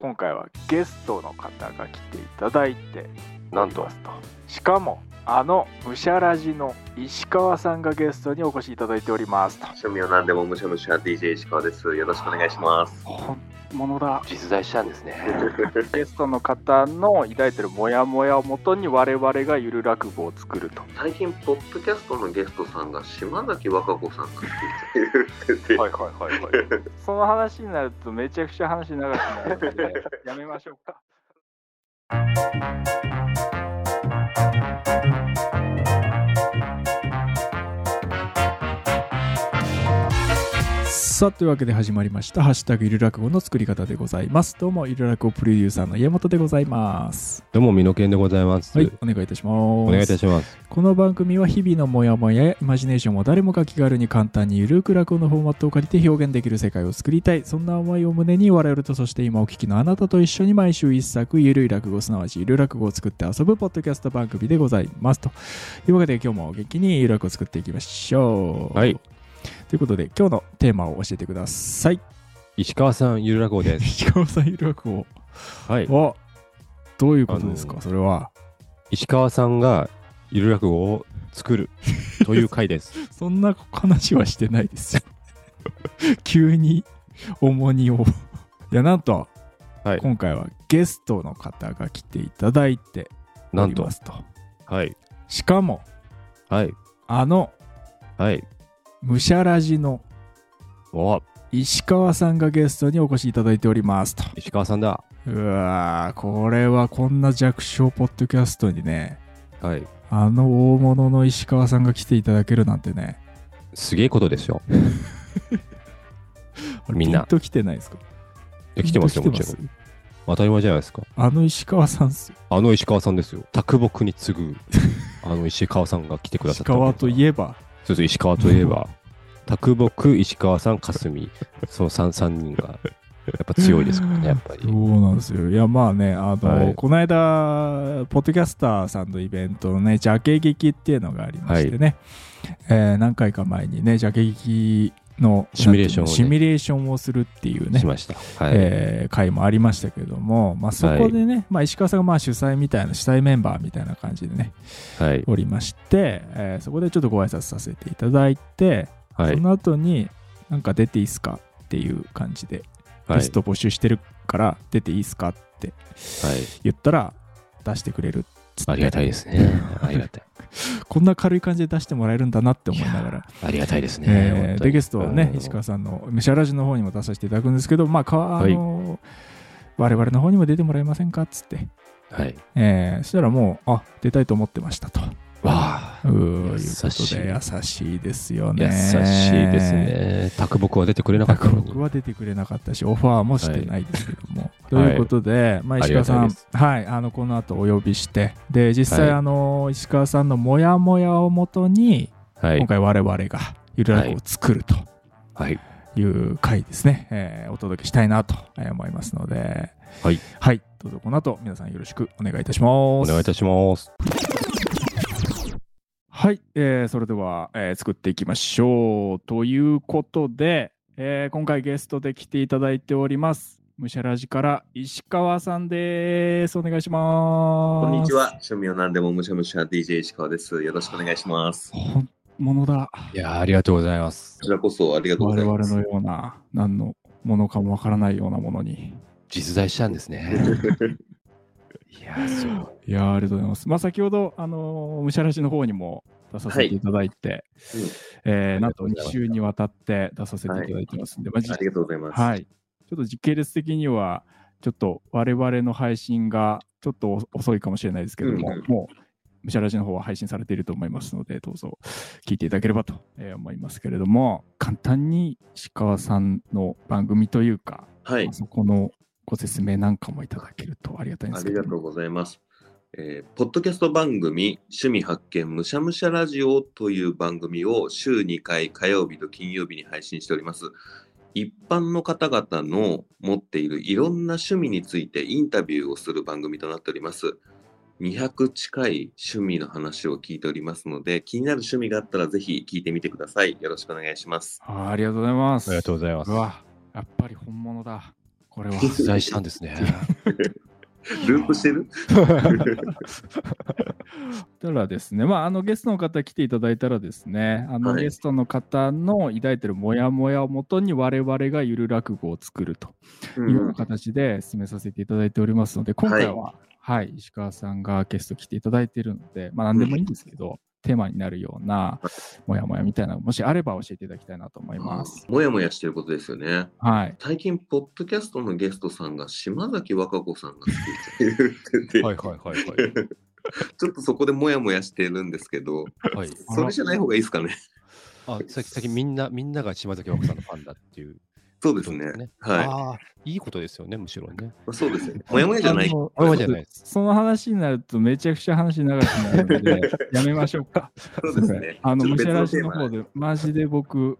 今回はゲストの方が来ていただいてなんとしかもあのむしゃらじの石川さんがゲストにお越しいただいておりますと趣味は何でもむしゃむしゃ DJ 石川ですよろしくお願いします本物だ実在したんですねゲストの方の抱いてるモヤモヤをもとに我々がゆる落語を作ると最近ポッドキャストのゲストさんが島崎和歌子さんがって言っててはいはいはいはい。その話になるとめちゃくちゃ話長くなるのでやめましょうかさあというわけで始まりました「ハッシュタグゆる落語」の作り方でございますどうもゆる落語プロデューサーの家本でございますどうも、みのけんでございます。はいお願いいたしますおお願いいたします。この番組は日々のモヤモヤやイマジネーションを誰もが気軽に簡単にゆるく落語のフォーマットを借りて表現できる世界を作りたいそんな思いを胸に我々とそして今お聞きのあなたと一緒に毎週一作ゆるい落語すなわちゆる落語を作って遊ぶポッドキャスト番組でございますというわけで今日も元気にゆる落語を作っていきましょうはいということで今日のテーマを教えてくださ い石川さん、ゆる落語です。石川さんゆる落語はい。はどういうことですあかのそれは石川さんがゆる落語を作るという回 です。そんな話はしてないですよ 急に重荷をいやなんと、はい今回はゲストの方が来ていただいておなんりとま。すとはい。しかもはい。あのはい。むしゃらじのお石川さんがゲストにお越しいただいておりますと石川さんだ。うわーこれはこんな弱小ポッドキャストにねはい。あの大物の石川さんが来ていただけるなんてねすげえことですよ。あれみんなピンと来てないですかいや来てますよ、ピンもとち来ろん。当たり前じゃないですか。あの石川さんっすよ。あの石川さんですよ。卓木に次 ぐ、あの石川さんが来てくださ石った。川といええば、そうそう、石川といえば。卓木、石川さん、 霞。その 3, 三人が、やっぱ強いですからね、やっぱり。そうなんですよ。いや、まあね、あの、はいこの間、ポッドキャスターさんのイベントのね、ジャケ劇っていうのがありましてね、えー何回か前にね、ジャケ劇のシミュレーションをなねんていうのシミュレーションをするっていうねし、ました。はい。えー会もありましたけども、まあ、そこでね、まあ、石川さんがまあ主催みたいな、主催メンバーみたいな感じでね、はい。おりまして、えーそこでちょっとご挨拶させていただいて、はいそ。の後に、なんか出ていいっすかっていう感じで、はゲいス。ト募集してるから出ていいっすかってはい。言ったら、出してくれるっつってありがたいですね。ありがたい。こんな軽い感じで出してもらえるんだなって思いながら、ありがたいですね。えーでゲストはね、石石川川さんのシャラジの方にも出させていただくんですけど、まあ、かあの我々の方にも出てもらえませんかっつって、はい。えーそしたらもう、あ出たいと思ってましたと。わあ、うー優しいいうことで優しいですよね。優しいです。ね。卓木は出てくれなかったのに僕。は出てくれなかったし、オファーもしてないですけども。ということで、まあ、あ石り川がさたいんです、はい、あのこの後お呼びして、で実際、はいあの石川さんのモヤモヤをもとに、はい今。回我々がゆるらくを作るとはい。いう回ですね、えーお届けしたいなとえー思いますので、はい、はい、どうぞこの後皆さんよろしくお願いいたします。お願いいたします。はい、えーそれでは、えー作っていきましょう。ということで、えー今回ゲストで来ていただいております。むしゃらじから石川さんです。お願いします。 こんにちは。。趣味は何でもむしゃむしゃ DJ 石川ですよろしくお願いしますこ本物だ。いやーありがとうございます。ちらこそありがとうご我ざい々ますのような、何のものかもわからないようなものに。実在したんですね。 いやーそう。いやーありがとうございます。まあ、先ほど、あのーむしゃらじの方にも出させていただいて、うんえーなんとありがと2うございました週にわたって出させていただいてますんで、まあ実ありがとうございますはい。ちょっと時系列的には、ちょっと我々の配信がちょっと遅いかもしれないですけども、うんうんもう、むしゃらじの方は配信されていると思いますので、どうぞ聞いていただければとえー思いますけれども、簡単に石川さんの番組というか、はいまあそこのご説明なんかもいただけるとありがたいんであすけりどがとうございます。えーポッドキャスト番組「趣味発見むしゃむしゃラジオ」という番組を週2回火曜日と金曜日に配信しております。一般の方々の持っているいろんな趣味についてインタビューをする番組となっております。200近い趣味の話を聞いておりますので、気になる趣味があったらぜひ聞いてみてください。よろしくお願いします。あーありがとうございます。ありがとうございますう。わ、やっぱり本物だ。こ れは。実在したんですね。ルー プしてるたらですね、まあ、あのゲストの方来ていただいたらですね、あのはいゲストの方の抱いてるモヤモヤをもとに我々がゆる落語を作るとういうようなん形で進めさせていただいておりますので、今回は、はい、石川さんがゲスト来ていただいているので、まあ、何でもいいんですけど、テーマになるようなモヤモヤみたいなのもしあれば教えていただきたいなと思います。もやもやしてることですよね。はい。最近、ポッドキャストのゲストさんが島崎和歌子さんが好きって言ってて、はいはいはいはい。ちょっとそこでもやもやしてるんですけど、はい、それじゃない方がいいですかね。あ、さっき、さっきみんな、みんなが島崎和歌さんのファンだっていう。そうですね。はいああ、いいことですよね、むしろね。まあ。そうですね。もやもやじゃないあ。のもやもやじゃないです。その話になるとめちゃくちゃ話長くなるの で、やめましょうか。そうですね。あの、ちょむっとし別ゃらのしテーのマ方で、マジで僕、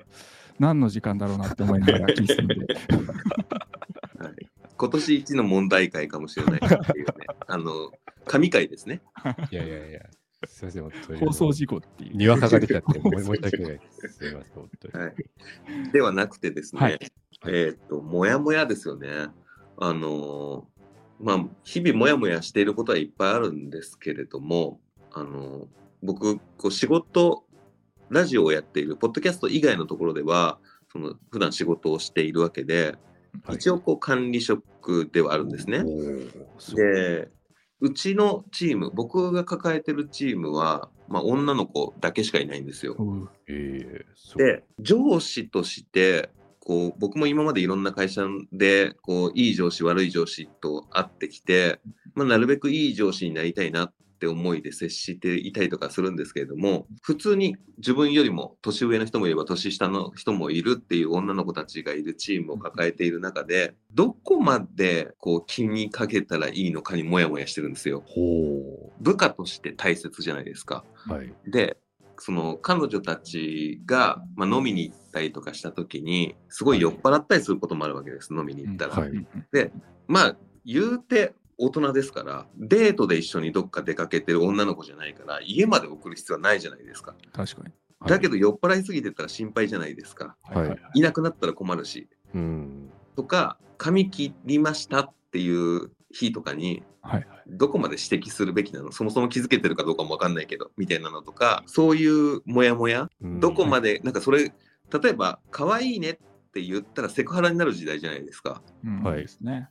何の時間だろうなって思いながら聞いてた ので。はい、今年一の問題会かもしれないっていうね。あの、神回ですね。いやいやいや、すみません、本当に。放送事故っていう。にわかが出ちゃって、もう申し訳ないです。すみません、本当に。はい、ではなくてですね、はいえーっと、もやもやですよね。あのーまあ、日々もやもやしていることはいっぱいあるんですけれども、あのー僕、こう仕事、ラジオをやっている、ポッドキャスト以外のところでは、その普段仕事をしているわけで、はい一応こう管理職ではあるんですね。おーすごいで、うちのチーム、僕が抱えてるチームは、まあ、女の子だけしかいないんですよ。うんええそうで、上司として、こう、僕も今までいろんな会社で、こう、いい上司、悪い上司と会ってきて、まあ、なるべくいい上司になりたいなって思いで接していたりとかするんですけれども、普通に自分よりも年上の人もいれば年下の人もいるっていう女の子たちがいるチームを抱えている中で、どこまで、こう、気にかけたらいいのかにもやもやしてるんですよ。ほ部下として大切じゃないですか。う。はい。でその彼女たちが、まあ、飲みに行ったりとかした時にすごい酔っ払ったりすることもあるわけです、飲みに行ったら、はうんまあ言うて大人ですからデートで一緒にどっか出かけてる女の子じゃないから家まで送る必要はないじゃないですか確かに。はいだけど酔っ払いすぎてたら心配じゃないですかはいはいいなくなったら困るしうん。とか髪切りましたっていう日とかにはい。どこまで指摘するべきなのそもそも気づけてるかどうかも分かんないけどみたいなのとかそういうモヤモヤどこまで、なんかそれ、例えば、可愛いねって言ったらセクハラになる時代じゃないですか。うんはいですね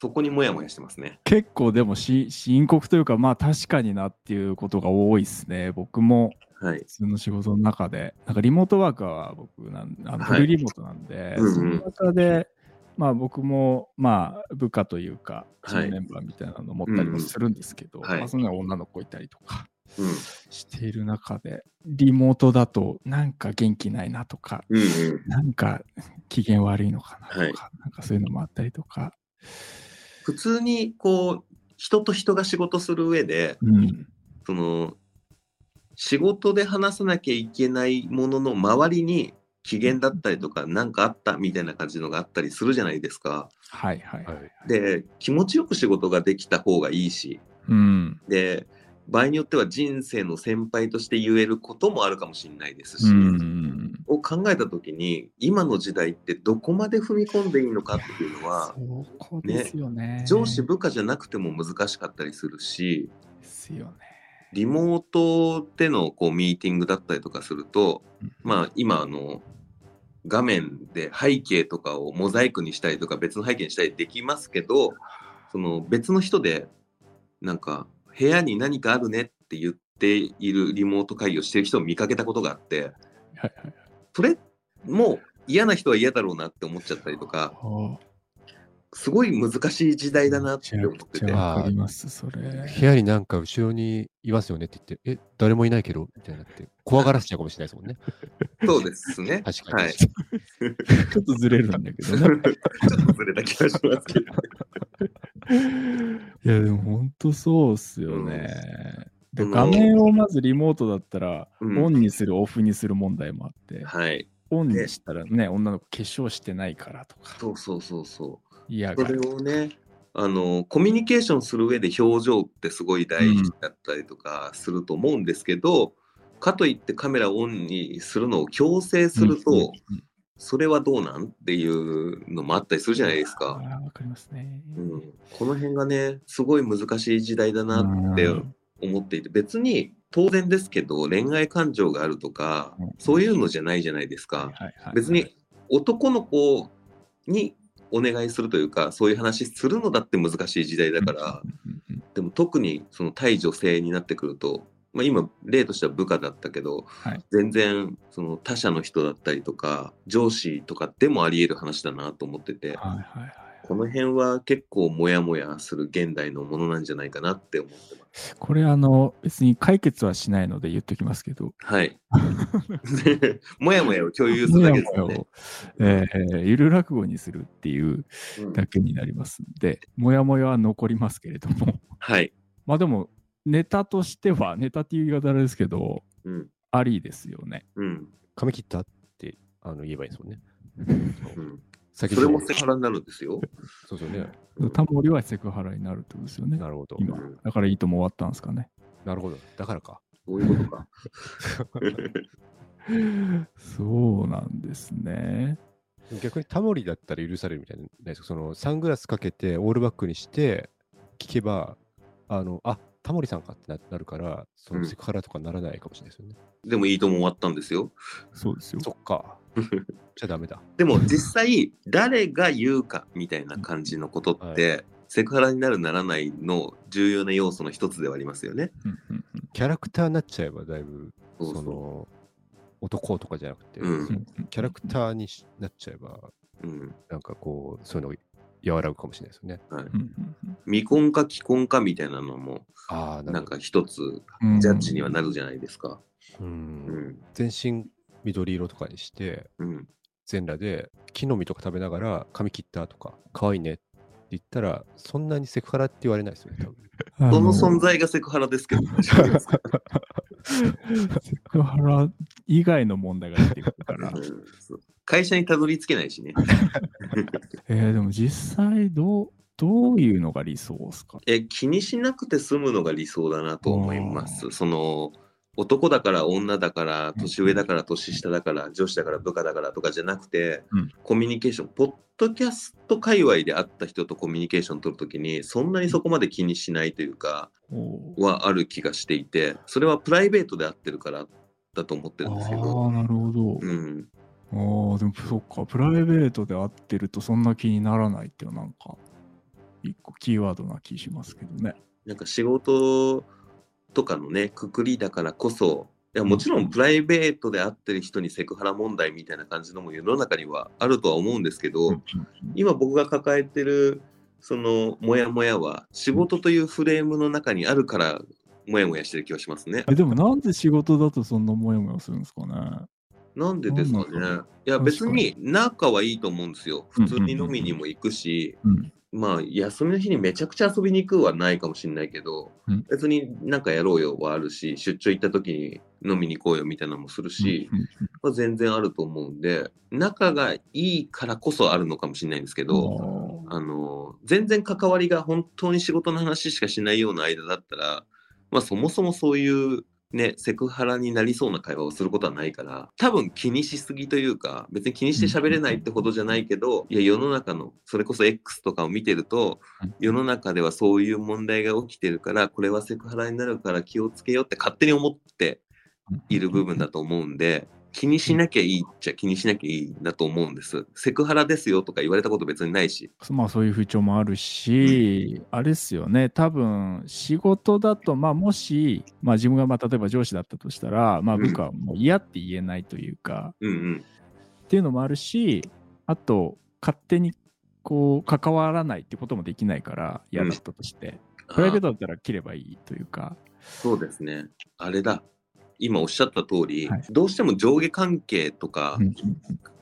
そこにもやもやしてますね。結構でもし深刻というかまあ確かになっていうことが多いですね僕もはい普。通の仕事の中でなんかリモートワーカーは僕なんあのはフいルリモートなんで、うんうんその中でまあ僕もまあ部下というかチーはいムメンバーみたいなの持ったりもするんですけど、うんうんはいまあそんな女の子いたりとかうん。している中で、リモートだとなんか元気ないなとか、うんうん。なんか機嫌悪いのかなとか、はいなんかそういうのもあったりとか、普通に、こう、人と人が仕事する上で、うん、その、仕事で話さなきゃいけないものの周りに、機嫌だったりとか、なんかあったみたいな感じのがあったりするじゃないですか。はいはい、はい。で、気持ちよく仕事ができた方がいいし、うん、で、場合によっては人生の先輩として言えることもあるかもしれないですし、うん、を考えた時に今の時代ってどこまで踏み込んでいいのかっていうのはそこですよね。上司部下じゃなくても難しかったりするしですよね。リモートでのこうミーティングだったりとかするとうんまあ今あの画面で背景とかをモザイクにしたりとか別の背景にしたりできますけどその別の人でなんか部屋に何かあるねって言っているリモート会議をしてる人を見かけたことがあってはいはいそれも嫌な人は嫌だろうなって思っちゃったりとかはすごい難しい時代だなって思ってい。て。わかります、それ。部屋になんか後ろにいますよねって言って、え、誰もいないけどみたいになって、怖がらせちゃうかもしれないですもんね。そうです ね。確かに。はい。ちょっとずれるんだけちどょっ ね。とずれた気がしますけど。いや、でも本当そうっすよね。で、うん画面をまずリモートだったら、うんオンにする、オフにする問題もあって、はい。オンにしたらね、女の子化粧してないからとか、そうそうそうそう。嫌そがれる。をね、あの、コミュニケーションする上で表情ってすごい大事だったりとかすると思うんですけど、かといってカメラオンにするのを強制すると、うんうんうんそれはどうなんっていうのもあったりするじゃないですあか。ーわかりますね。うん、この辺がね、すごい難しい時代だなってうん思っていて、別に当然ですけど、恋愛感情があるとかうん、そういうのじゃないじゃないですか。はいはい別に男の子にお願いするというか、そういう話するのだって難しい時代だから、うんうんでも特にその対女性になってくると、まあ、今例としては部下だったけど、はい全然その他者の人だったりとか上司とかでもあり得る話だなと思ってて、はいはいはいこの辺は結構モヤモヤする現代のものなんじゃないかなって思ってます。これあの別に解決はしないので言っときますけど、 はい。モヤモヤを共有するだけですよもやもね。やをえーゆる落語にするっていううんだけになりますんで、もやもやは残りますけれども、 はい。まあでもネタとしては、ネタっていう言い方あれですけど、うん。ありですよね。うん。髪切ったってあの言えばいいんですもんね。うん、先それもセクハラになるんですよ。そうそうね。うんタモリはセクハラになるってことですよね。なるほど。今うんだからいいとも終わったんですかね。なるほど。だからか。そういうことか。そうなんですね。逆にタモリだったら許されるみたいなのないですかそのサングラスかけてオールバックにして聞けば、あの、あタモリさんかってななるから、そうのんセクハラとかならないかもしれないですよね。でもいいとも終わったんですよ。そうですよ。そっか。 じゃあダメだ。でも実際誰が言うかみたいな感じのことって、セクハラになるならないの重要な要素の一つではありますよね。うんうんうんキャラクターになっちゃえばだいぶ、そうそそうの、男とかじゃなくて、うんそのキャラクターにしなっちゃえば、うんなんかこう、そういうの和らぐかもしれないですよね。はいうんうん未婚か既婚かみたいなのもああ、ななんるほど。か一つうんジャッジにはなるじゃないですか。う。うんん全身緑色とかにして、うん全裸で木の実とか食べながら髪切ったとか、可愛いねって言ったら、そんなにセクハラって言われないですよね、多分。あそのの存在がセクハラですけど 大丈夫ですかセクハラ以外の問題が出てくるからう。んそう会社にたどり着けないしね。えーでも実際どう、どういうのが理想ですかえ気にしなくて済むのが理想だなと思います。その男だから女だから年上だから年下だから女子だから部下だからとかじゃなくて、うんコミュニケーションポッドキャスト界隈で会った人とコミュニケーション取るときにそんなにそこまで気にしないというかおーはある気がしていてそれはプライベートで会ってるからだと思ってるんですけあど、あ、なるほど。うん、ああ、でもそっか、プライベートで会ってるとそんな気にならないっていうのはなんか、一個キーワードな気しますけどね。なんか仕事とかのねくくりだからこそいやもちろんプライベートで会ってる人にセクハラ問題みたいな感じのも世の中にはあるとは思うんですけど、今僕が抱えてるそのモヤモヤは仕事というフレームの中にあるからモヤモヤしてる気はしますね。えでもなんで仕事だとそんなモヤモヤするんですかね。なんでですかねなんだろういや別に仲はいいと思うんですよ。うん普通に飲みにも行くし、うんまあ休みの日にめちゃくちゃ遊びに行くはないかもしれないけどうん、別になんかやろうよはあるし、出張行った時に飲みに行こうよみたいなのもするし、まあ全然あると思うんで、仲がいいからこそあるのかもしれないんですけど、うあの全然関わりが本当に仕事の話しかしないような間だったら、まあ、そもそもそういう、ね、セクハラになりそうな会話をすることはないから多分気にしすぎというか別に気にして喋れないってほどじゃないけど、いや世の中のそれこそ X とかを見てると、うん世の中ではそういう問題が起きてるからこれはセクハラになるから気をつけようって勝手に思っている部分だと思うんで。気にしなきゃいいっちゃ気にしなきゃいいんだと思うんです。セクハラですよとか言われたこと別にないし。まあそういう風潮もあるし、あれですよね、多分仕事だと、まあもし、まあ自分がまあ例えば上司だったとしたら、まあ部下はもう嫌って言えないというか、うんうん。っていうのもあるし、あと勝手にこう関わらないってこともできないから嫌だったとして、プライベートだったら切ればいいというか、そうですね。あれだ。今おっしゃった通り、はいどうしても上下関係とかうん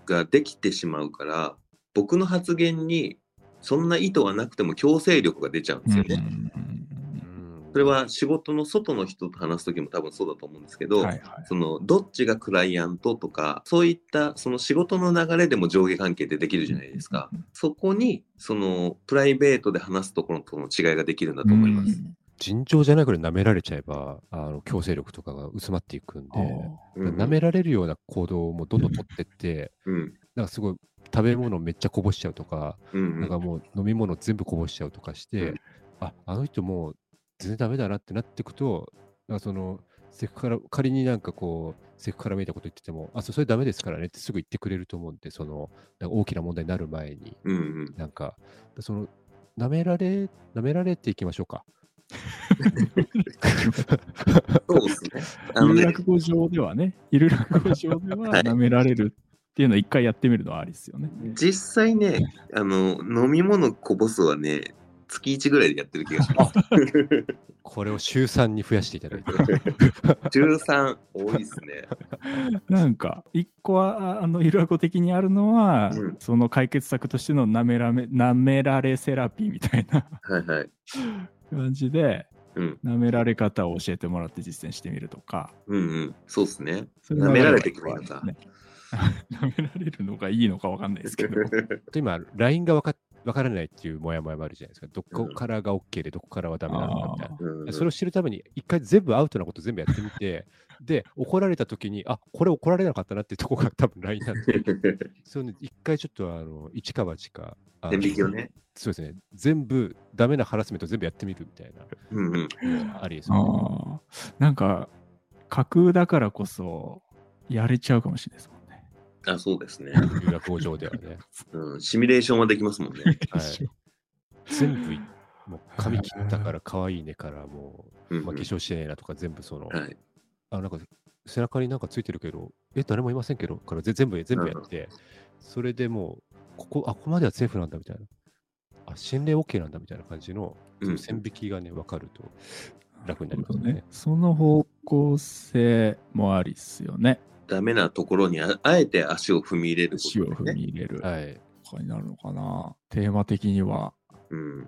ができてしまうから、僕の発言にそんな意図はなくても強制力が出ちゃうんですよね。うんそれ、は仕事の外の人と話す時も多分そうだと思うんですけど、はいはいそのどっちがクライアントとかそういったその仕事の流れでも上下関係ってできるじゃないですか、そこにそのプライベートで話すところとの違いができるんだと思いまうす、ん尋常じゃないくらい舐められちゃえば、あの強制力とかが薄まっていくんで、うん舐められるような行動をもうどんどん取ってって、うんなんかすごい食べ物めっちゃこぼしちゃうとか、うんなんかもう飲み物全部こぼしちゃうとかして、うんああの人もう全然ダメだなってなってくと、なんかそのセクハラ仮になんかこうセクハラめいたこと言ってても、あそそれダメですからねってすぐ言ってくれると思うんで、そのなんか大きな問題になる前に、うんうんなんかその舐められ舐められていきましょ うか。そう ですね。あゆのるね、落語上ではね、ゆる落語上では舐められるっていうのを一回やってみるのはありですよね。実際ね、あの、飲み物こぼすはね、月1ぐらいでやってる気がします。 これを週3に増やしていただいて。 13、多いですね。なんか、一個は、ああの、ゆる落語的にあるのは、うんその解決策としての舐めらめ舐められセラピーみたいな はいはい。感じで、うん舐められ方を教えてもらって実践してみるとか。うんうん。そうですね。そ舐められてくるるのかね。舐められるのがいいのかわかんないですけど。と今、LINE がわかわからないっていうモヤモヤもあるじゃないですか。どこからが OK で、どこからはダメなのかみたいな。うんそれを知るために、一回全部アウトなこと全部やってみ て、で、怒られた時に、あこれ怒られなかったなってとこが多分 LINE なん で、そういうの一回ちょっと、あの、一か八か、あの天引きをね。そうですね、全部、ダメなハラスメント全部やってみるみたいなうんうん。、ありですよね。あーなんか、架空だからこそ、やれちゃうかもしれないですもんね。あ、そうですね。留学工場では ね。うん。シミュレーションはできま すもんね。はい全部い、もう髪切ったから可愛いねから、もうんう、うんまあ、化粧してねえなとか、全部その、はい。あなんか背中になんかついてるけど、え、誰もいませんけど、からぜ全部全部やって、それでもう、ここ、あ、ここまではセーフなんだみたいな。あ、心霊 OK なんだみたいな感じの、うんその線引きがね、分かると楽になりますよね。その方向性もありっすよね。ダメなところにああえて足を踏み入れる足をことで踏ね。み入れるとはい。かになるのかな。テーマ的には。うん。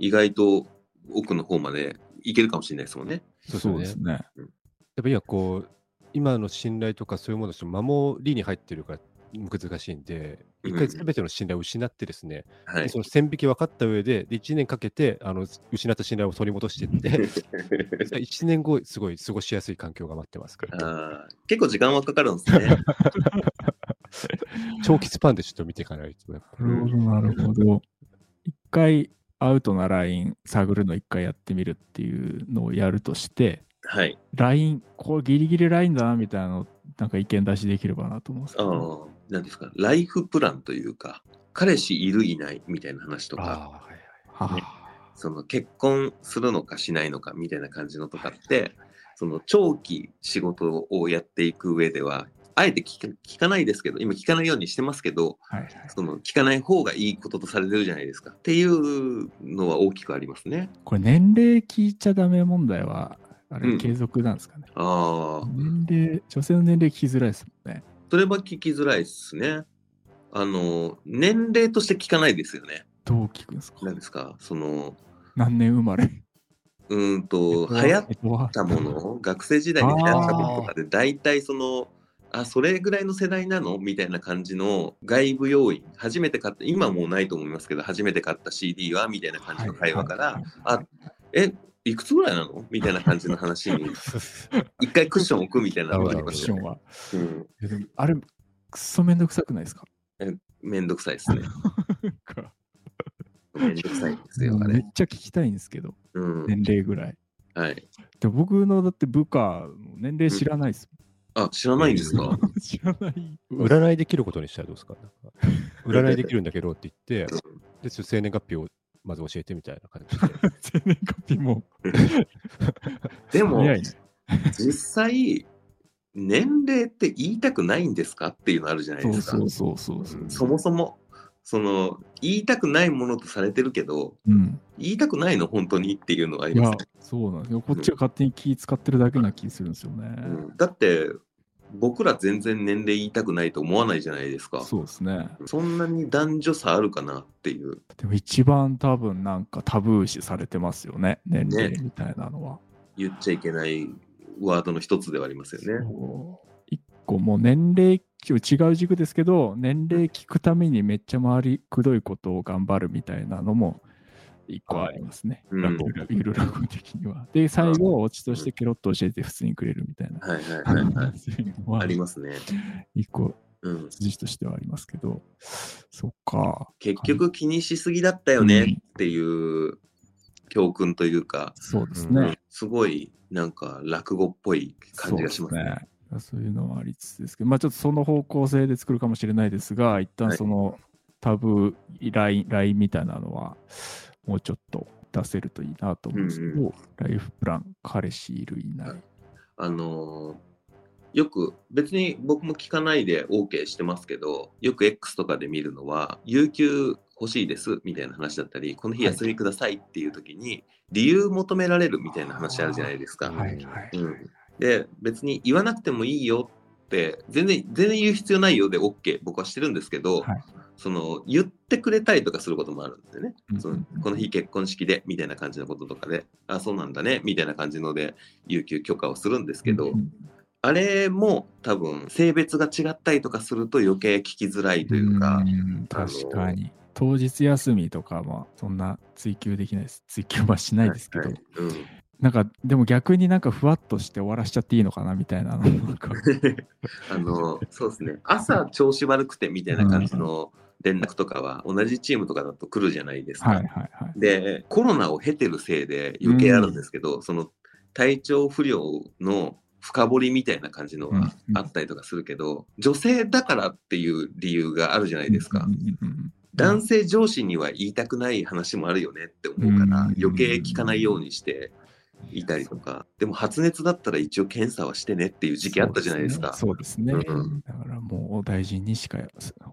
意外と奥の方までいけるかもしれないですもんね。そうですよねね。やっぱ今こう、今の信頼とかそういうものと守りに入ってるから難しいんで、一うん回すべての信頼を失ってですね、はいで。その線引き分かった上で、で1年かけてあの失った信頼を取り戻してい って、1年後、すごい過ごしやすい環境が待ってますから、あー結構時間はかかるんですね。長期スパンでちょっと見ていかないと、やっぱなるほど、なるほど。一回アウトなライン探るの一回やってみるっていうのをやるとして、はい。ライン、これギリギリラインだなみたいなの、なんか意見出しできればなと思うんですけあど。あ、なんですか。ライフプランというか、彼氏いるいないみたいな話とあか、あ、はいはい。はその結婚するのかしないのかみたいな感じのとかって、その長期仕事をやっていく上では、あえて聞か聞かないですけど、今聞かないようにしてますけど、はいはい。その聞かない方がいいこととされてるじゃないですか。っていうのは大きくありますね。これ年齢聞いちゃダメ問題は、あうれん継続なんですかね。ああ、年齢、女性の年齢聞きづらいですもんね。それは聞きづらいですね。あの、年齢として聞かないですよね。どう聞くんですか何ですかその、何年生まれうーんと、流行っえとはたもの、学生時代に流行ったものとかで、大体その、あ、それぐらいの世代なのみたいな感じの外部要因、初めて買った、今もうないと思いますけど、初めて買った CD はみたいな感じの会話から、はいあえ、いくつぐらいなのみたいな感じの話 に、一回クッション置くみたいなのがありクまッすショよンね。は。うん、いやでもあれ、くっそめんどくさくないですかめんどくさいですね。なんかめんどくさいですよ、あめっれ。ちゃ聞きたいんですけど、うん。年齢ぐらい。はい。で僕のだって部下、年齢知らないです あ、知らないんですかもん。知らない。占いできることにしたらどうですかなんか占いできるんだけどって言って、で、ちょっと生年月日をまず教えてみたいな感じで。生年月日もでも、早いね。実際、年齢って言いたくないんですかっていうのあるじゃないそでうすか。そうそうそうう。そもそも、その、言いたくないものとされてるけど、うん。言いたくないの、本当にっていうのはありいまやす、ね。そうなんですよ。こっちは勝手に気使ってるだけな気するんですよね。うんだって、僕ら全然年齢言いたくないと思わないじゃないですか。そうですね。そんなに男女差あるかなっていう。でも一番多分なんかタブー視されてますよね。年齢みたいなのは。言っちゃいけないワードの一つではありますよね。そう一個もう年齢違う軸ですけど年齢聞くためにめっちゃ周りくどいことを頑張るみたいなのも一個ありますね。はい落語ゆる落語的には。で、最後、オチとしてケロッと教えて普通にくれるみたいな。はいはいはいはい。そういう のはありますね。一個うん。筋としてはありますけど、そっか。結局気にしすぎだったよねっていう教訓というか、そうですうね。んすごいなんか落語っぽい感じがしますね。そうですねそういうのはありつつですけど、まあちょっとその方向性で作るかもしれないですが、一旦はいそのタブーライン、ラインみたいなのは、もうちょっと出せるといいなと思うんですけど、うんライフプラン、彼氏いるいない。あのーよく別に僕も聞かないで OK してますけどよく X とかで見るのは有給欲しいですみたいな話だったりこの日休みくださいっていう時に理由求められるみたいな話あるじゃないですか。はういん、で別に言わなくてもいいよって全然全然言う必要ないよで OK 僕はしてるんですけど、はいその言ってくれたりとかすることもあるんですよね。うんそのこの日結婚式でみたいな感じのこととかであそうなんだねみたいな感じので有給許可をするんですけうど、んあれも多分性別が違ったりとかすると余計聞きづらいというか、ん確かに。当日休みとかはそんな追求できないです。追求はしないですけど、はいうん なんかでも逆になんかふわっとして終わらしちゃっていいのかなみたいなのも なんかあのそうですね朝調子悪くてみたいな感じの連絡とかは同じチームとかだと来るじゃないですか。はいはいはい。でコロナを経てるせいで余計あるんですけど、その体調不良の深掘りみたいな感じのがあったりとかするけど、女性だからっていう理由があるじゃないですか、うんうんうん男性上司には言いたくない話もあるよねって思うから、うん余計聞かないようにしていたりとかでも発熱だったら一応検査はしてねっていう時期あったじゃないですかそうですね。うんうんだからもうお大事にしか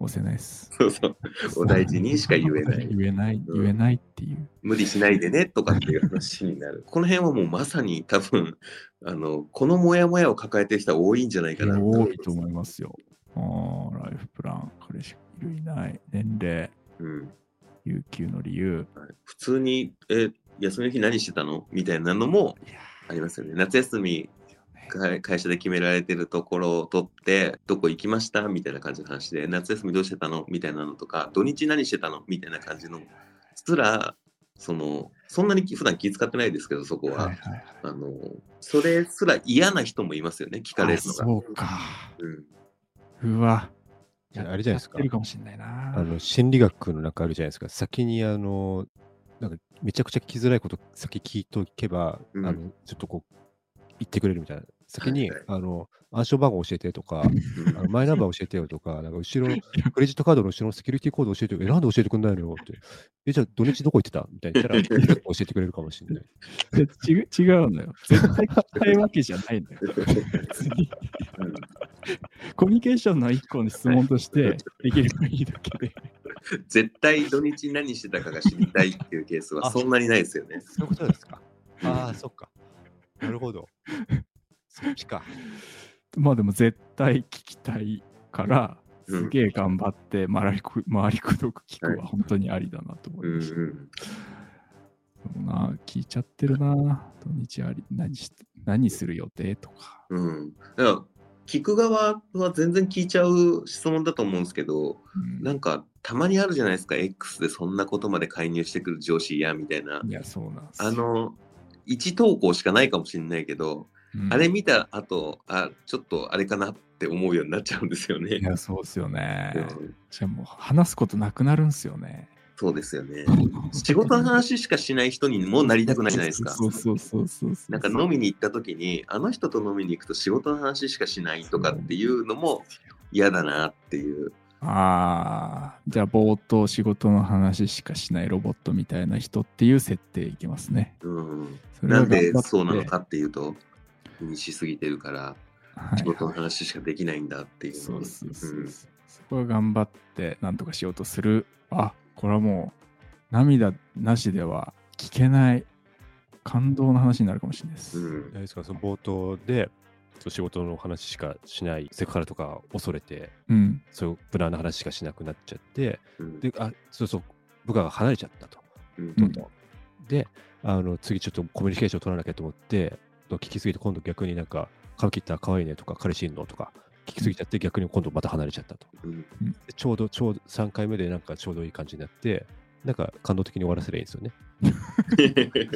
押せないです。そうそう お大事にしか言え ない言えない、うん言えないっていう。無理しないでねとかっていう話になる。この辺はもうまさに多分、あの、このモヤモヤを抱えてる人は多いんじゃないかな多いと思いますよ。あーライフプラン、彼氏いるいない、年齢、うん有給の理由。普通に、え、休みの日何してたのみたいなのもありますよね。夏休みか会社で決められてるところを取って、どこ行きましたみたいな感じの話で、夏休みどうしてたのみたいなのとか、土日何してたのみたいな感じの、すら、その、そんなに普段気遣ってないですけど、そこはは。いはいはいあの、それすら嫌な人もいますよね、聞かれあるのが。そうか。うんうわ。いやあれじゃないですかやってるかもしれないな。あの心理学の中あるじゃないですか、先にあの、なんかめちゃくちゃ聞きづらいこと先聞いておけば、うんあのちょっとこう、言ってくれるみたいな。先に、はいあの、暗証番号教えてとか、うんあのマイナンバー教えてよとか、なんか後ろ、クレジットカードの後ろのセキュリティコード教えてよ。え、なんで教えてくんないのよって。え、じゃあ土日どこ行ってたみたいな 言ったら、教えてくれるかもしれない。ち違うのよ。絶対聞きたいわけじゃないのよ。別にうんコミュニケーションの一個の質問としてできればいいだけで。絶対土日何してたかが知りたいっていうケースはあそんなにないですよね。そういうことですか。ああ、そっか。なるほど。そっちか。まあでも絶対聞きたいから、うんすげえ頑張って回りく、回りくどく聞くは本当にありだなと思ういんうました。ん、でもな、聞いちゃってるな。土日あり、何して、何する予定とか。うん、だから聞く側は全然聞いちゃう質問だと思うんですけどうんなんかたまにあるじゃないですか X でそんなことまで介入してくる上司嫌みたいないや、そうなんですよあ、の1投稿しかないかもしれないけど、うんあれ見た後あちょっとあれかなって思うようになっちゃうんですよねい。や、そうですよねう。んじゃあもう話すことなくなるんすよね。そうですよね。 仕事の話しかしない人にもなりたくないじゃないですか。そうそうそうそうそう。なんか飲みに行った時にあの人と飲みに行くと仕事の話しかしないとかっていうのも嫌だなっていうああ、じゃあ冒頭仕事の話しかしないロボットみたいな人っていう設定いきますね。うん、それなはんで頑張ってそうなのかっていうと気にしすぎてるからはい仕事の話しかできないんだっていうそうそうそうそう、うんそこは頑張ってなんとかしようとする。あ、これはもう涙なしでは聞けない感動の話になるかもしれないです。うんあれですか、その冒頭で、そう仕事の話しかしない、セクハラとか恐れて、うん。そういう無難な話しかしなくなっちゃって、うん で、あ、そうそう、部下が離れちゃったと。うんうんで、あの、次ちょっとコミュニケーション取らなきゃと思って、聞きすぎて今度逆になんか、髪切ったら可愛いねとか、彼氏いんのとか、聞きすぎちゃって逆に今度また離れちゃったと。うんでちょうど、ちょうど3回目でなんかちょうどいい感じになって、なんか感動的に終わらせればいいんですよね。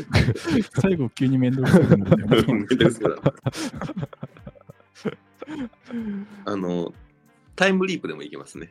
最後、急に面倒くさくなるんだよねで すから。あの、タイムリープでもいけますね。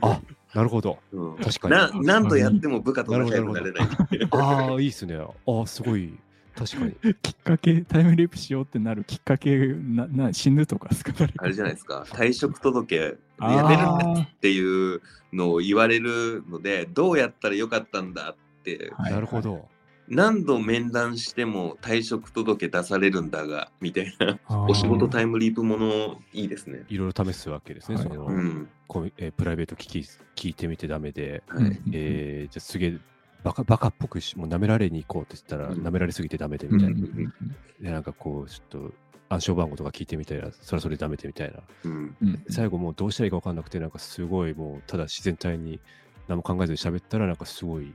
あなるほど。うん確かに。な何度やっても部下と仲良くなれない。ああ、いいですね。ああ、すごい。確かに。 きっかけ、タイムリープしようってなるきっかけ、なな死ぬとかですかあれじゃないです か、退職届で辞めるんあだーっていうのを言われるので、どうやったらよかったんだって、はいなるほど。何度面談しても退職届出されるんだが、みたいな、おお仕事タイムリープものいいですね。いろいろ試すわけですね。はいその、うん。こうえープライベート聞き聞いてみてダメで、はいうんえーじゃあすげえバカバカっぽくし、もう舐められに行こうって言ったら、うん舐められすぎてダメでうみんたういな。んで、なんかこう、ちょっと暗証番号とか聞いてみたら、それはそれダメでみたいな。うん。うんうん最後もうどうしたらいいか分かんなくて、なんかすごいもう、ただ自然体に何も考えずに喋ったら、なんかすごい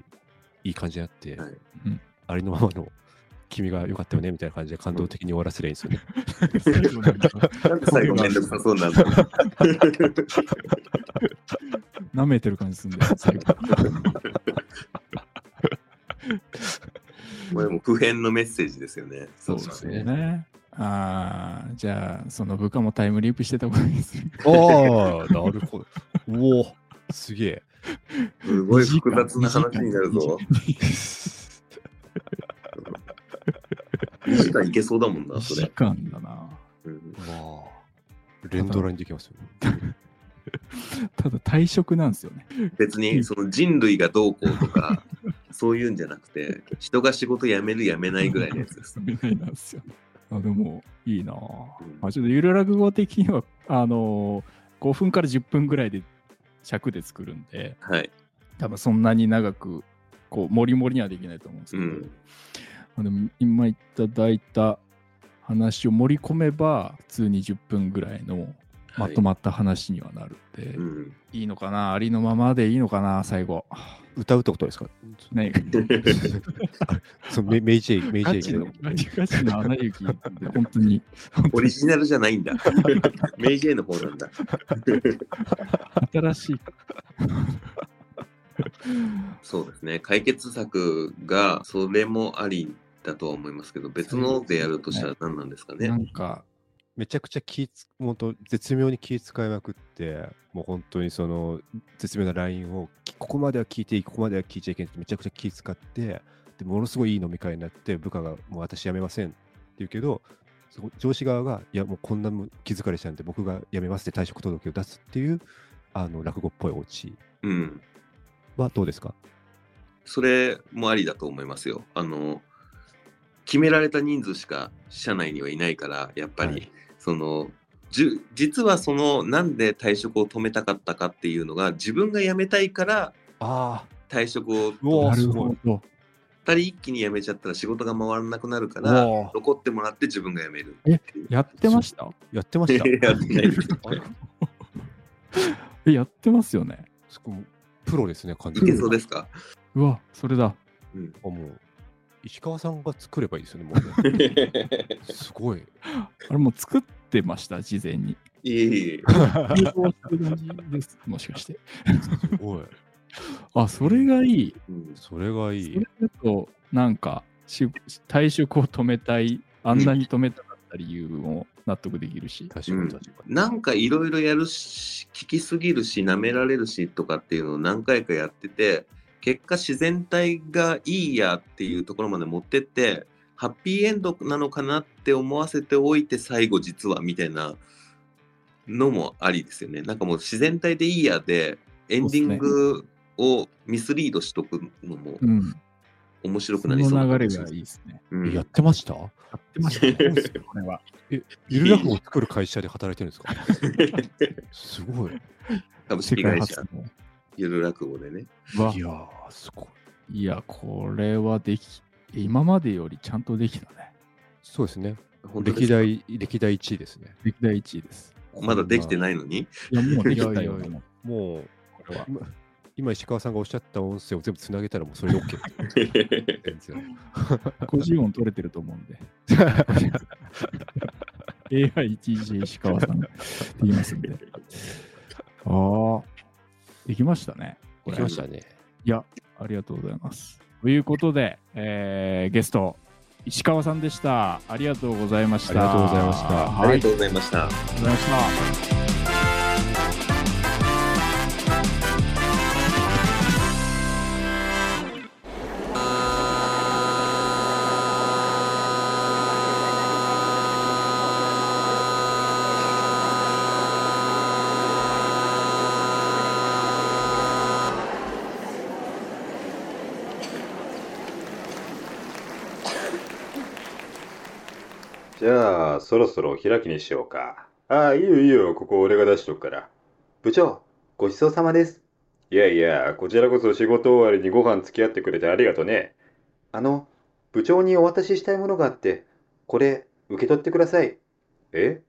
いい感じになって、はいうんありのままの君が良かったよねみたいな感じで感動的に終わらせればいいんですよね。最後なんかなんで最後めんどくさそうなんだろ舐めてる感じするんだよ、最後。うこれもう普遍のメッセージですよね。そうですねね。ああ、じゃあ、その部下もタイムリープしてたことですね。ああ、なるほど。おお、すげえ。すごい複雑な話になるぞ。2時間いけそうだもんな、そ時れ。間だな。うんまあ、連ドラにできますよ、ね。ただ退職なんですよね。別にその人類がどうこうとかそういうんじゃなくて人が仕事辞める辞めないぐらいのやつです。みたいなんですよ。 あでも、いいなぁうん。まあ、ちょっとゆる落語的には、あのー、5分から10分ぐらいで尺で作るんで、はい。多分そんなに長く、こう、もりもりにはできないと思うんですうけど、ん。まあでも今いただいた話を盛り込めば、普通に10分ぐらいのまとまった話にはなるんで、はい。うん。いいのかなありのままでいいのかな最後。歌うってことです かね、そうメメイジェイ、メイジガェイチけどの、ガチガチのアナ雪って本当に、本オ当リにジナルじゃないんだ。メイジェイの方なんだ。新しい。そうですね。解決策がそれもありだとは思いますけど別のでやるとしたら何なんですかなね。んか、めちゃくちゃ気つ、本当絶妙に気使いまくって、もう本当にその絶妙なラインを、きここまでは聞いていい、ここまでは聞いちゃいけないってめちゃくちゃ気使って、でものすごいいい飲み会になって、部下がもう私辞めませんって言うけど、そこ上司側が、いやもうこんなむ気疲れしたんで、僕が辞めますって退職届を出すっていう、あの落語っぽいオチうん。はどうですかそれもありだと思いますよ。あの決められた人数しか社内にはいないからやっぱり、はいそのじゅ実はそのなんで退職を止めたかったかっていうのが自分が辞めたいからあ退職をあ、うわなーするごほ。いど。 2人一気に辞めちゃったら仕事が回らなくなるかうらわ残ってもらって自分が辞める。。やってましたやってまし たやってないですあれえ、やってますよね。すごいプロですね、完いにけそうですか、うわ、それだ。うん、あもう石川さんが作ればいいですよね、もうねすごい。あれもう作ってました、事前に。いえいえ。ですもしかして。すごい。あ、それがいい。うんそれがいそいれ。だと、なんか、し退職を止めたい、あんなに止めたかった理由も納得できるし。確かに確かに。なんかいろいろやるし、聞きすぎるし、舐められるしとかっていうのを何回かやってて、結果自然体がいいやっていうところまで持ってって、ハッピーエンドなのかなって思わせておいて、最後実はみたいなのもありですよね。なんかもう自然体でいいやで、エンディングをミスリードしとくのもうん。面白くそなりそうなの流感れじがいいですね。うえやっん、てましたやってま したね。そうでこれは。ゆる落語を作る会社で働いてるんですか すごい。株世式界会社初、の。ゆる落語でね。わいやー、すごい。いや、これはでき、今までよりちゃんとできたね。そうですね。本当で歴すか代、歴代1位ですね。歴代1位です。まだできてい。ないのに。いや、もうできたいやよ、いやいやもうもう、これは。今今石川さんがおっしゃった音声を全部つなげたらもうそれで OK ですよ。 50音取れてると思うん で。AI1G 石川さんって言いますんで。ああ、できましたね。できましたね。いや、ありがとうございます。ということで、えーゲスト、石川さんでした。ありがとうございました。ありがとうございましたはい、あありりがとがうございました。とうございました。じゃあ、そろそろお開きにしようか。ああ、いいよいいよ、ここ俺が出しとくから。部長、ごちそうさまです。いやいや、こちらこそ仕事終わりにご飯付き合ってくれてありがとね。あの、部長にお渡ししたいものがあって、これ、受け取ってください。え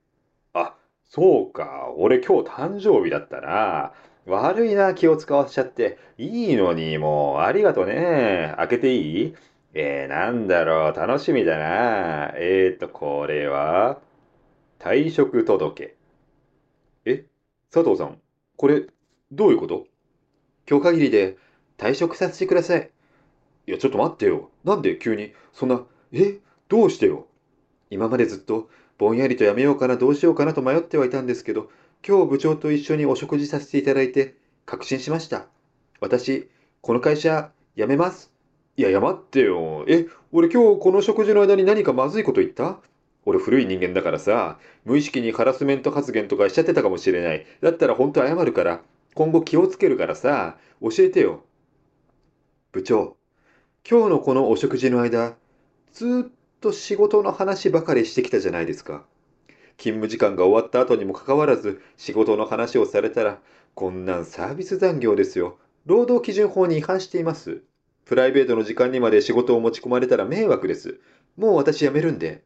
あ、そうか、俺今日誕生日だったな。悪いな、気を使わせちゃって。いいのに、もう、ありがとね。開けていいえー、なんだろう、楽しみだな。えーと、これは、退職届。え、佐藤さん、これ、どういうこと今日限りで退職させてください。いや、ちょっと待ってよ。なんで急に、そんな、え、どうしてよ。今までずっと、ぼんやりとやめようかな、どうしようかなと迷ってはいたんですけど、今日部長と一緒にお食事させていただいて、確信しました。私、この会社、辞めます。いや、いや待ってよ。え、俺今日この食事の間に何かまずいこと言った俺古い人間だからさ、無意識にハラスメント発言とかしちゃってたかもしれない。だったら本当謝るから、今後気をつけるからさ、教えてよ。部長、今日のこのお食事の間、ずーっと仕事の話ばかりしてきたじゃないですか。勤務時間が終わった後にもかかわらず、仕事の話をされたら、こんなんサービス残業ですよ。労働基準法に違反しています。プライベートの時間にまで仕事を持ち込まれたら迷惑です。もう私辞めるんで。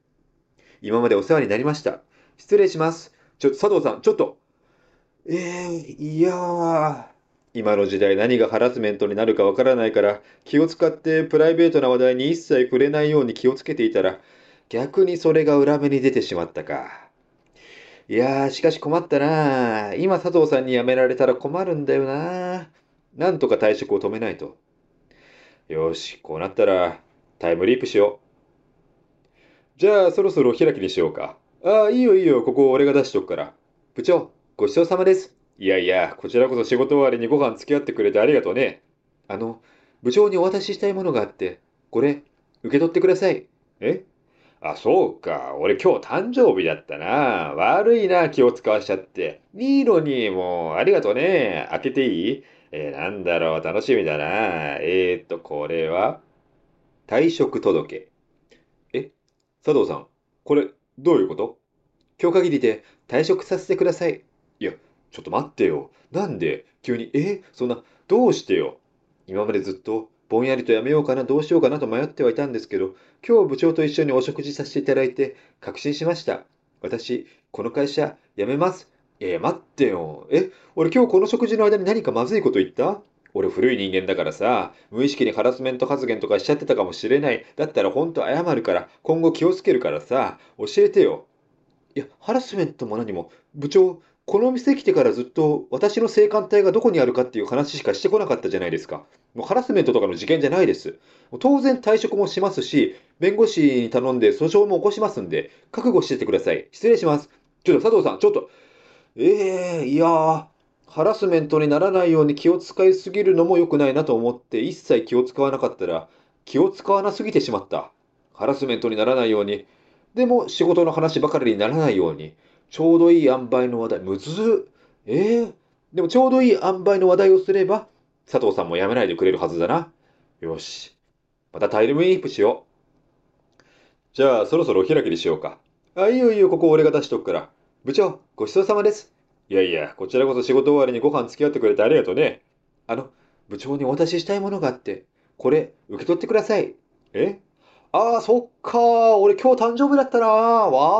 今までお世話になりました。失礼します。ちょ、佐藤さん、ちょっと。えー、いやー。今の時代何がハラスメントになるかわからないから、気を使ってプライベートな話題に一切触れないように気をつけていたら、逆にそれが裏目に出てしまったか。いやー、しかし困ったなー。今佐藤さんに辞められたら困るんだよなー。なんとか退職を止めないと。よし、こうなったらタイムリープしよう。じゃあ、そろそろ開きにしようか。ああ、いいよいいよ、ここ俺が出しとくから。部長、ごちそうさまです。いやいや、こちらこそ仕事終わりにご飯付き合ってくれてありがとうね。あの、部長にお渡ししたいものがあって、これ、受け取ってください。えあ、そうか。俺今日誕生日だったな。悪いな、気を使わしちゃって。いいのに、もう、ありがとうね。開けていいえー、なんだろう、楽しみだな。えーっと、これは、退職届。え、佐藤さん、これ、どういうこと今日限りで退職させてください。いや、ちょっと待ってよ。なんで、急に、え、そんな、どうしてよ。今までずっと、ぼんやりとやめようかな、どうしようかなと迷ってはいたんですけど、今日部長と一緒にお食事させていただいて、確信しました。私、この会社、辞めます。いやいや、待ってよ。え、俺今日この食事の間に何かまずいこと言った俺古い人間だからさ、無意識にハラスメント発言とかしちゃってたかもしれない。だったらほんと謝るから、今後気をつけるからさ、教えてよ。いや、ハラスメントも何も、部長、この店来てからずっと私の性感帯がどこにあるかっていう話しかしてこなかったじゃないですか。もうハラスメントとかの事件じゃないです。もう当然退職もしますし、弁護士に頼んで訴訟も起こしますんで、覚悟しててください。失礼します。ちょっと佐藤さん、ちょっと。ええいやー、ハラスメントにならないように気を使いすぎるのも良くないなと思って、一切気を使わなかったら、気を使わなすぎてしまった。ハラスメントにならないように。でも、仕事の話ばかりにならないように。ちょうどいい塩梅の話題。むずっ。ええでも、ちょうどいい塩梅の話題をすれば、佐藤さんもやめないでくれるはずだな。よし。またタイムリープしよう。じゃあ、そろそろお開きにしようか。あ、いいよいいよ、ここ俺が出しとくから。部長、ごちそうさまです。いやいや、こちらこそ仕事終わりにご飯付き合ってくれてありがとうね。あの、部長にお渡ししたいものがあって、これ、受け取ってください。えああ、そっかー。俺今日誕生日だったなー。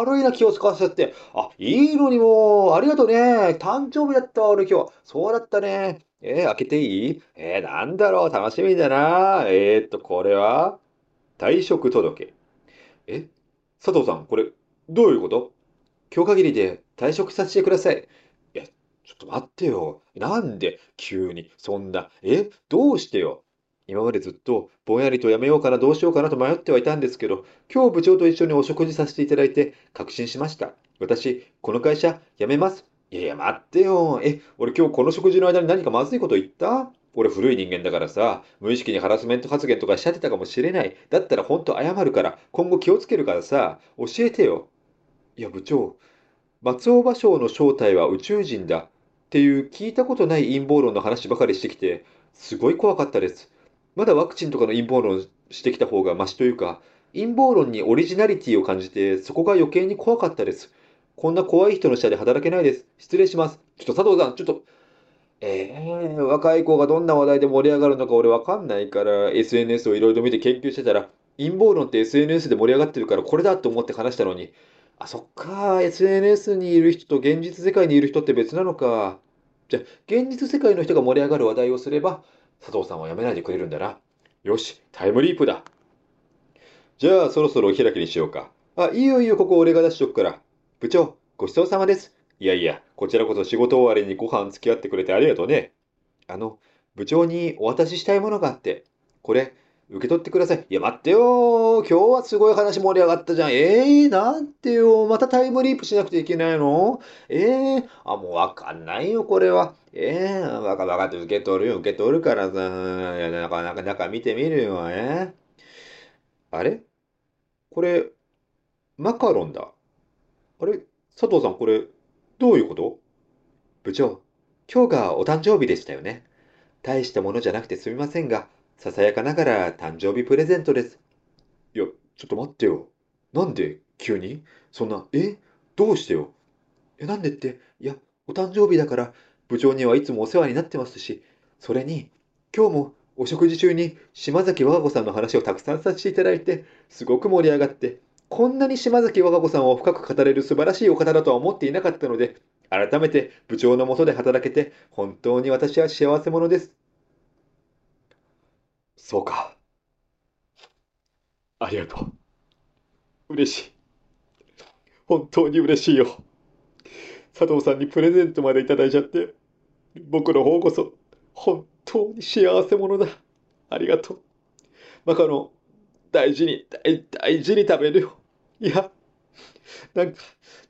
悪いな、気を使わせちゃって。あ、いいのにもう。ありがとうね。誕生日だったわ、俺今日。そうだったね。えー、開けていいえー、なんだろう。楽しみだなー。えーっと、これは退職届。え佐藤さん、これ、どういうこと今日限りで退職させてください。いや、ちょっと待ってよ。なんで、急に、そんな、え、どうしてよ。今までずっとぼんやりとやめようかな、どうしようかなと迷ってはいたんですけど、今日部長と一緒にお食事させていただいて確信しました。私、この会社辞めます。いやいや、待ってよ。え、俺今日この食事の間に何かまずいこと言った俺古い人間だからさ、無意識にハラスメント発言とかしちゃってたかもしれない。だったらほんと謝るから、今後気をつけるからさ、教えてよ。いや、部長、松尾芭蕉の正体は宇宙人だっていう聞いたことない陰謀論の話ばかりしてきて、すごい怖かったです。まだワクチンとかの陰謀論してきた方がマシというか、陰謀論にオリジナリティを感じて、そこが余計に怖かったです。こんな怖い人の下で働けないです。失礼します。ちょっと佐藤さん、ちょっと。えー、若い子がどんな話題で盛り上がるのか俺わかんないから、SNS をいろいろ見て研究してたら、陰謀論って SNS で盛り上がってるからこれだと思って話したのに、あ、そっか、SNS にいる人と現実世界にいる人って別なのか。じゃあ、現実世界の人が盛り上がる話題をすれば、佐藤さんはやめないでくれるんだな。よし、タイムリープだ。じゃあ、そろそろお開きにしようか。あ、いいよいいよ、ここ俺が出しとくから。部長、ごちそうさまです。いやいや、こちらこそ仕事終わりにご飯付き合ってくれてありがとうね。あの、部長にお渡ししたいものがあって、これ、受け取ってください。いや、待ってよー。今日はすごい話盛り上がったじゃん。えー、なんてよ。またタイムリープしなくていけないのえー、あ、もうわかんないよ、これは。えー、わかわかって受け取るよ、受け取るからさ。いや、なかなか中見てみるよ、えー。あれこれ、マカロンだ。あれ佐藤さん、これ、どういうこと部長、今日がお誕生日でしたよね。大したものじゃなくてすみませんが、ささやかながら誕生日プレゼントです。いや、ちょっと待ってよ。なんで急にそんな、えどうしてよ。え、なんでって、いや、お誕生日だから、部長にはいつもお世話になってますし、それに、今日もお食事中に島崎和歌子さんの話をたくさんさせていただいて、すごく盛り上がって、こんなに島崎和歌子さんを深く語れる素晴らしいお方だとは思っていなかったので、改めて部長のもとで働けて、本当に私は幸せ者です。そうか。ありがとう。嬉しい。本当に嬉しいよ。佐藤さんにプレゼントまでいただいちゃって、僕の方こそ、本当に幸せ者だ。ありがとう。マカロン、大事に、大、大事に食べるよ。いや、なんか、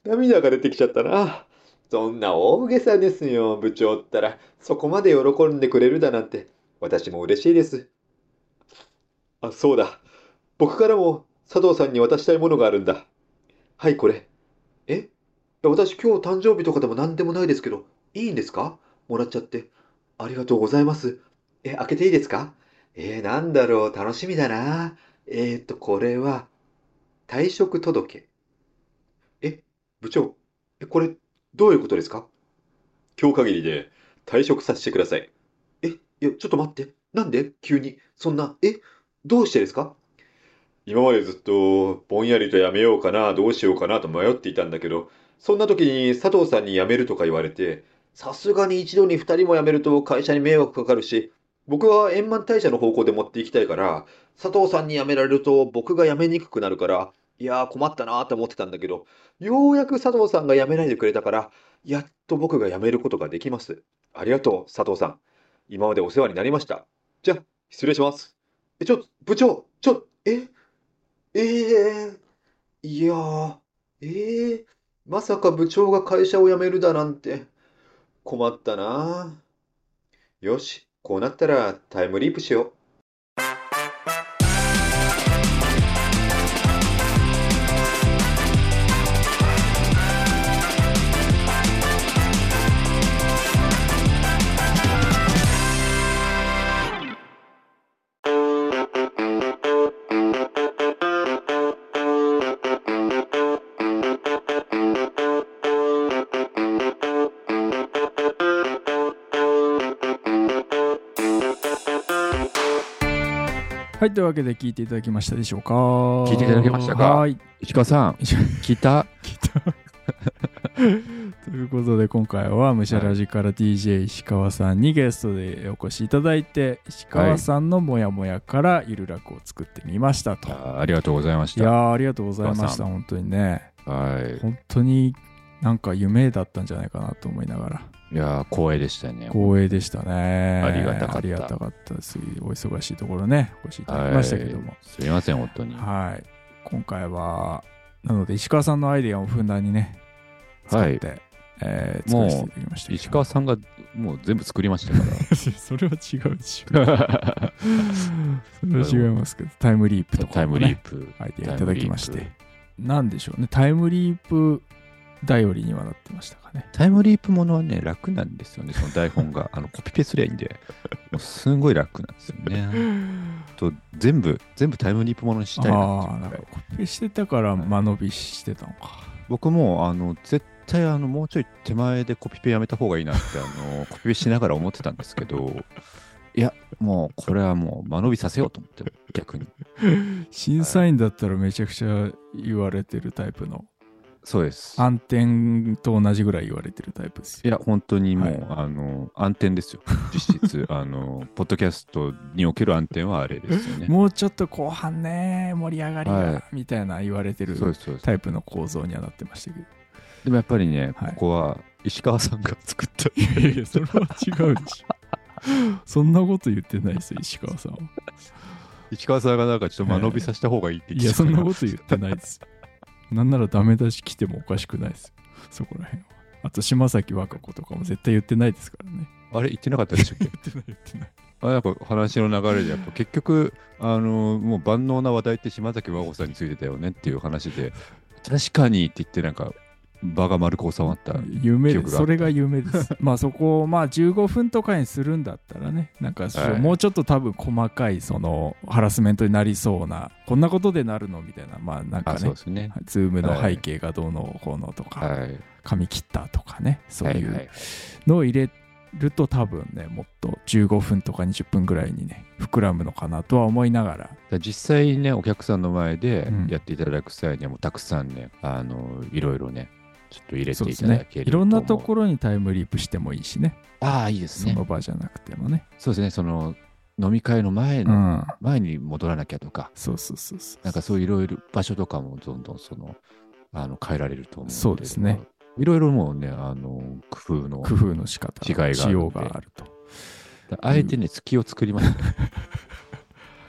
涙が出てきちゃったな。そんな大げさですよ、部長ったら。そこまで喜んでくれるだなんて、私も嬉しいです。あ、そうだ。僕からも佐藤さんに渡したいものがあるんだ。はい、これ。えいや私今日誕生日とかでも何でもないですけど、いいんですかもらっちゃって。ありがとうございます。え、開けていいですかえー、なんだろう、楽しみだな。えーと、これは、退職届。え、部長、え、これ、どういうことですか今日限りで退職させてください。え、いや、ちょっと待って。なんで急に。そんな、え、どうしてですか今までずっとぼんやりとやめようかな、どうしようかなと迷っていたんだけど、そんな時に佐藤さんに辞めるとか言われて、さすがに一度に二人も辞めると会社に迷惑かかるし、僕は円満退社の方向で持っていきたいから、佐藤さんに辞められると僕が辞めにくくなるから、いやー困ったなーって思ってたんだけど、ようやく佐藤さんが辞めないでくれたから、やっと僕が辞めることができます。ありがとう、佐藤さん。今までお世話になりました。じゃあ、失礼します。え、ちょ、部長、ちょ、え、えー、いやー、えー、まさか部長が会社を辞めるだなんて、困ったなー。よし、こうなったらタイムリープしよう。はい、というわけで聞いていただきましたでしょうか。聞いていただけましたかはい。石川さん、聞いたということで、今回はむしゃらじから DJ 石川さんにゲストでお越しいただいて、石川さんのモヤモヤからゆるらくを作ってみましたと。ありがとうございましいやーありがとうございました、本当にね。はい。本当になんか夢だったんじゃないかなと思いながら。いやー光栄でしたね。光栄でしたね。ありがたかったありがたかったです。お忙しいところね、お越しいただきましたけどもはい。すみません、本当に。はい。今回は、なので石川さんのアイデアをふんだんにね、使はいって、えー作らせていただきましたけど。石 川さんがもう全部作りましたかそれは違うでしょ。ら。それは違いますけど、タイムリープとか、ね、タイムリープ。アイデアいただきましタイムてリー。なんでしょうね、タイムリープ頼りにはなってましたかね。 タイムリープものはね、楽なんですよね、その台本が。あのコピペすりゃいいんで、もうすんごい楽なんですよね。と全部、全部タイムリープものにしたいなってああ、いうなぐんからいコピペしてたから間延びしてたのか。僕もあの絶対あのもうちょい手前でコピペやめた方がいいなってあのコピペしながら思ってたんですけどいやもうこれはもう間延びさせようと思って逆に審査員だったらめちゃくちゃ言われてるタイプの、そうです暗転と同じぐらい言われてるタイプですいよ。や本当にもう、はいあの暗転です よ実質あのポッドキャストにおける暗転はあれですよねもうちょっと後半ね、盛り上がりが、はいみたいな言われてるそうですそうですタイプの構造にはなってましたけど。でもやっぱりね、はいここは石川さんが作ったいやいや、それは違うでしょ。そんなこと言ってないですよ、石川さんは。石川さんがなんかちょっと間延びさせた方がいいっていてや、そたからんなこと言ってないですよ。なんならダメ出し来てもおかしくないですよ。そこら辺は。あと、島崎和歌子とかも絶対言ってないですからね。あれ言ってなかったでしたっけ 言ってない、言ってない。あやっぱ話の流れでやっぱ結局あのもう万能な話題って島崎和子さんについてたよねっていう話で確かにって言ってなんか場が丸く収まった夢記で憶す。があそったれが夢です。 まあそこをまあ15分とかにするんだったらね、なんかそうはいもうちょっと多分細かいそのハラスメントになりそうな、こんなことでなるのみたいな、まあなんかあそうねで、すねズームのは背い景がどうのこうのとはいか、髪切ったとかね、そういはういのを入れると多分ね、もっと15分とか20分ぐらいにね、膨らむのかなとは思いながら、はい、実際にねお客さんの前でうんやっていただく際にはもうたくさんねあのいろいろねちょっと入れそうてでいすただね、けるいろんなとろころにタイムリープしてもいいしね、ああいいですそねの場じゃなくてもね。そうですねその飲み会の前うの、ん、前に戻らなきゃとかそうそうそうそう。なんかそういういろいろ場所とかもどんどんそのあの変えられると思うんそうですね。いろいろもうね、あの工夫の工夫の仕方違いがあるんでしようがあるとあえてね、隙を作りました、ね。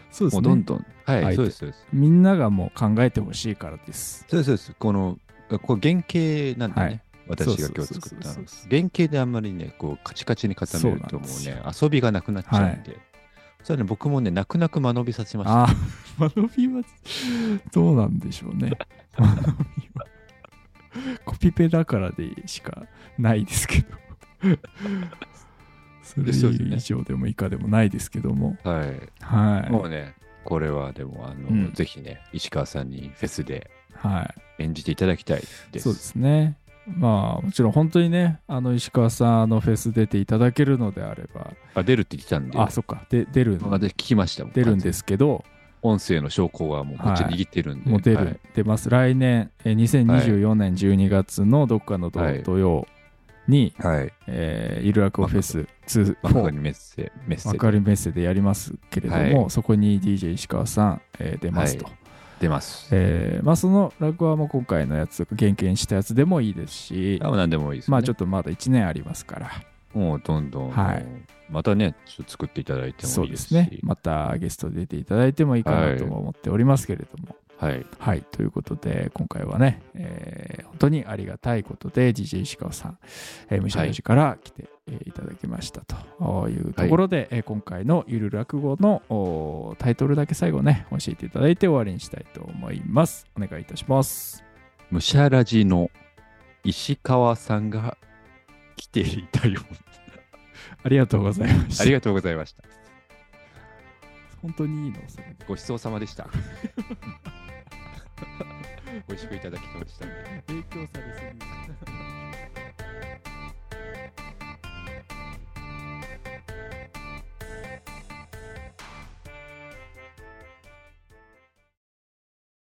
そうもうどんどん。あはえてい、そうです、そうです。みんながもう考えてほしいからですそうです、そうです。この、こう原型なんでね、はい私が今日そうそう作っそうたそうそう原型であんまりね、こうカチカチに固めるともうそうね、遊びがなくなっちゃうんで。それはね、僕もね、泣く泣く間延びさせました。あ あ間延びはどうなんでしょう ね間延びはコピペだからでしかないですけどそれ そうですね以上でも以下でもないですけどもはい。もはうね、これはでも、あの、うんぜひね、石川さんにフェスでい、はい、演じていただきたいです。そうですね。まあもちろん本当にねあの石川さんあのフェス出ていただけるのであればあ出るって言ってたんで、あそっかで出る僕は私聞きましたもん。出るんですけど音声の証拠はもうこっちはい握ってるんで。もう出る、はい出ます。来年、えー2024年12月のどっかの土,、はい土曜に、はい。えー、イルアクオフェス2、マカ4にメッセ、メッセわかりメッセでやりますけれども、そこに DJ 石川さん、えー出ますと。は出ます。えーまあ、そのラグアも今回のやつ、原型にしたやつでもいいですし、あ、何でもいいです、ね。まあちょっとまだ1年ありますから、もうどんどん、はいまたね、ちょっと作っていただいてそうもいいでですすし。ね。またゲスト出ていただいてもいいかなとも思っておりますけれども。はい。はい、ということで、今回はね、えー本当にありがたいことで、DJ 石川さん、えー、武者の字から来て、えーいただきましたというところで、えー今回のゆる落語のおータイトルだけ最後ね、教えていただいて終わりにしたいと思います。お願いいたします。むしゃらじの石川さんが来ていたよ。 ありがとうございましあた。りがとうございました。本当にいいのそれごちそう さまでした。美味しくいただきましたんで。影響され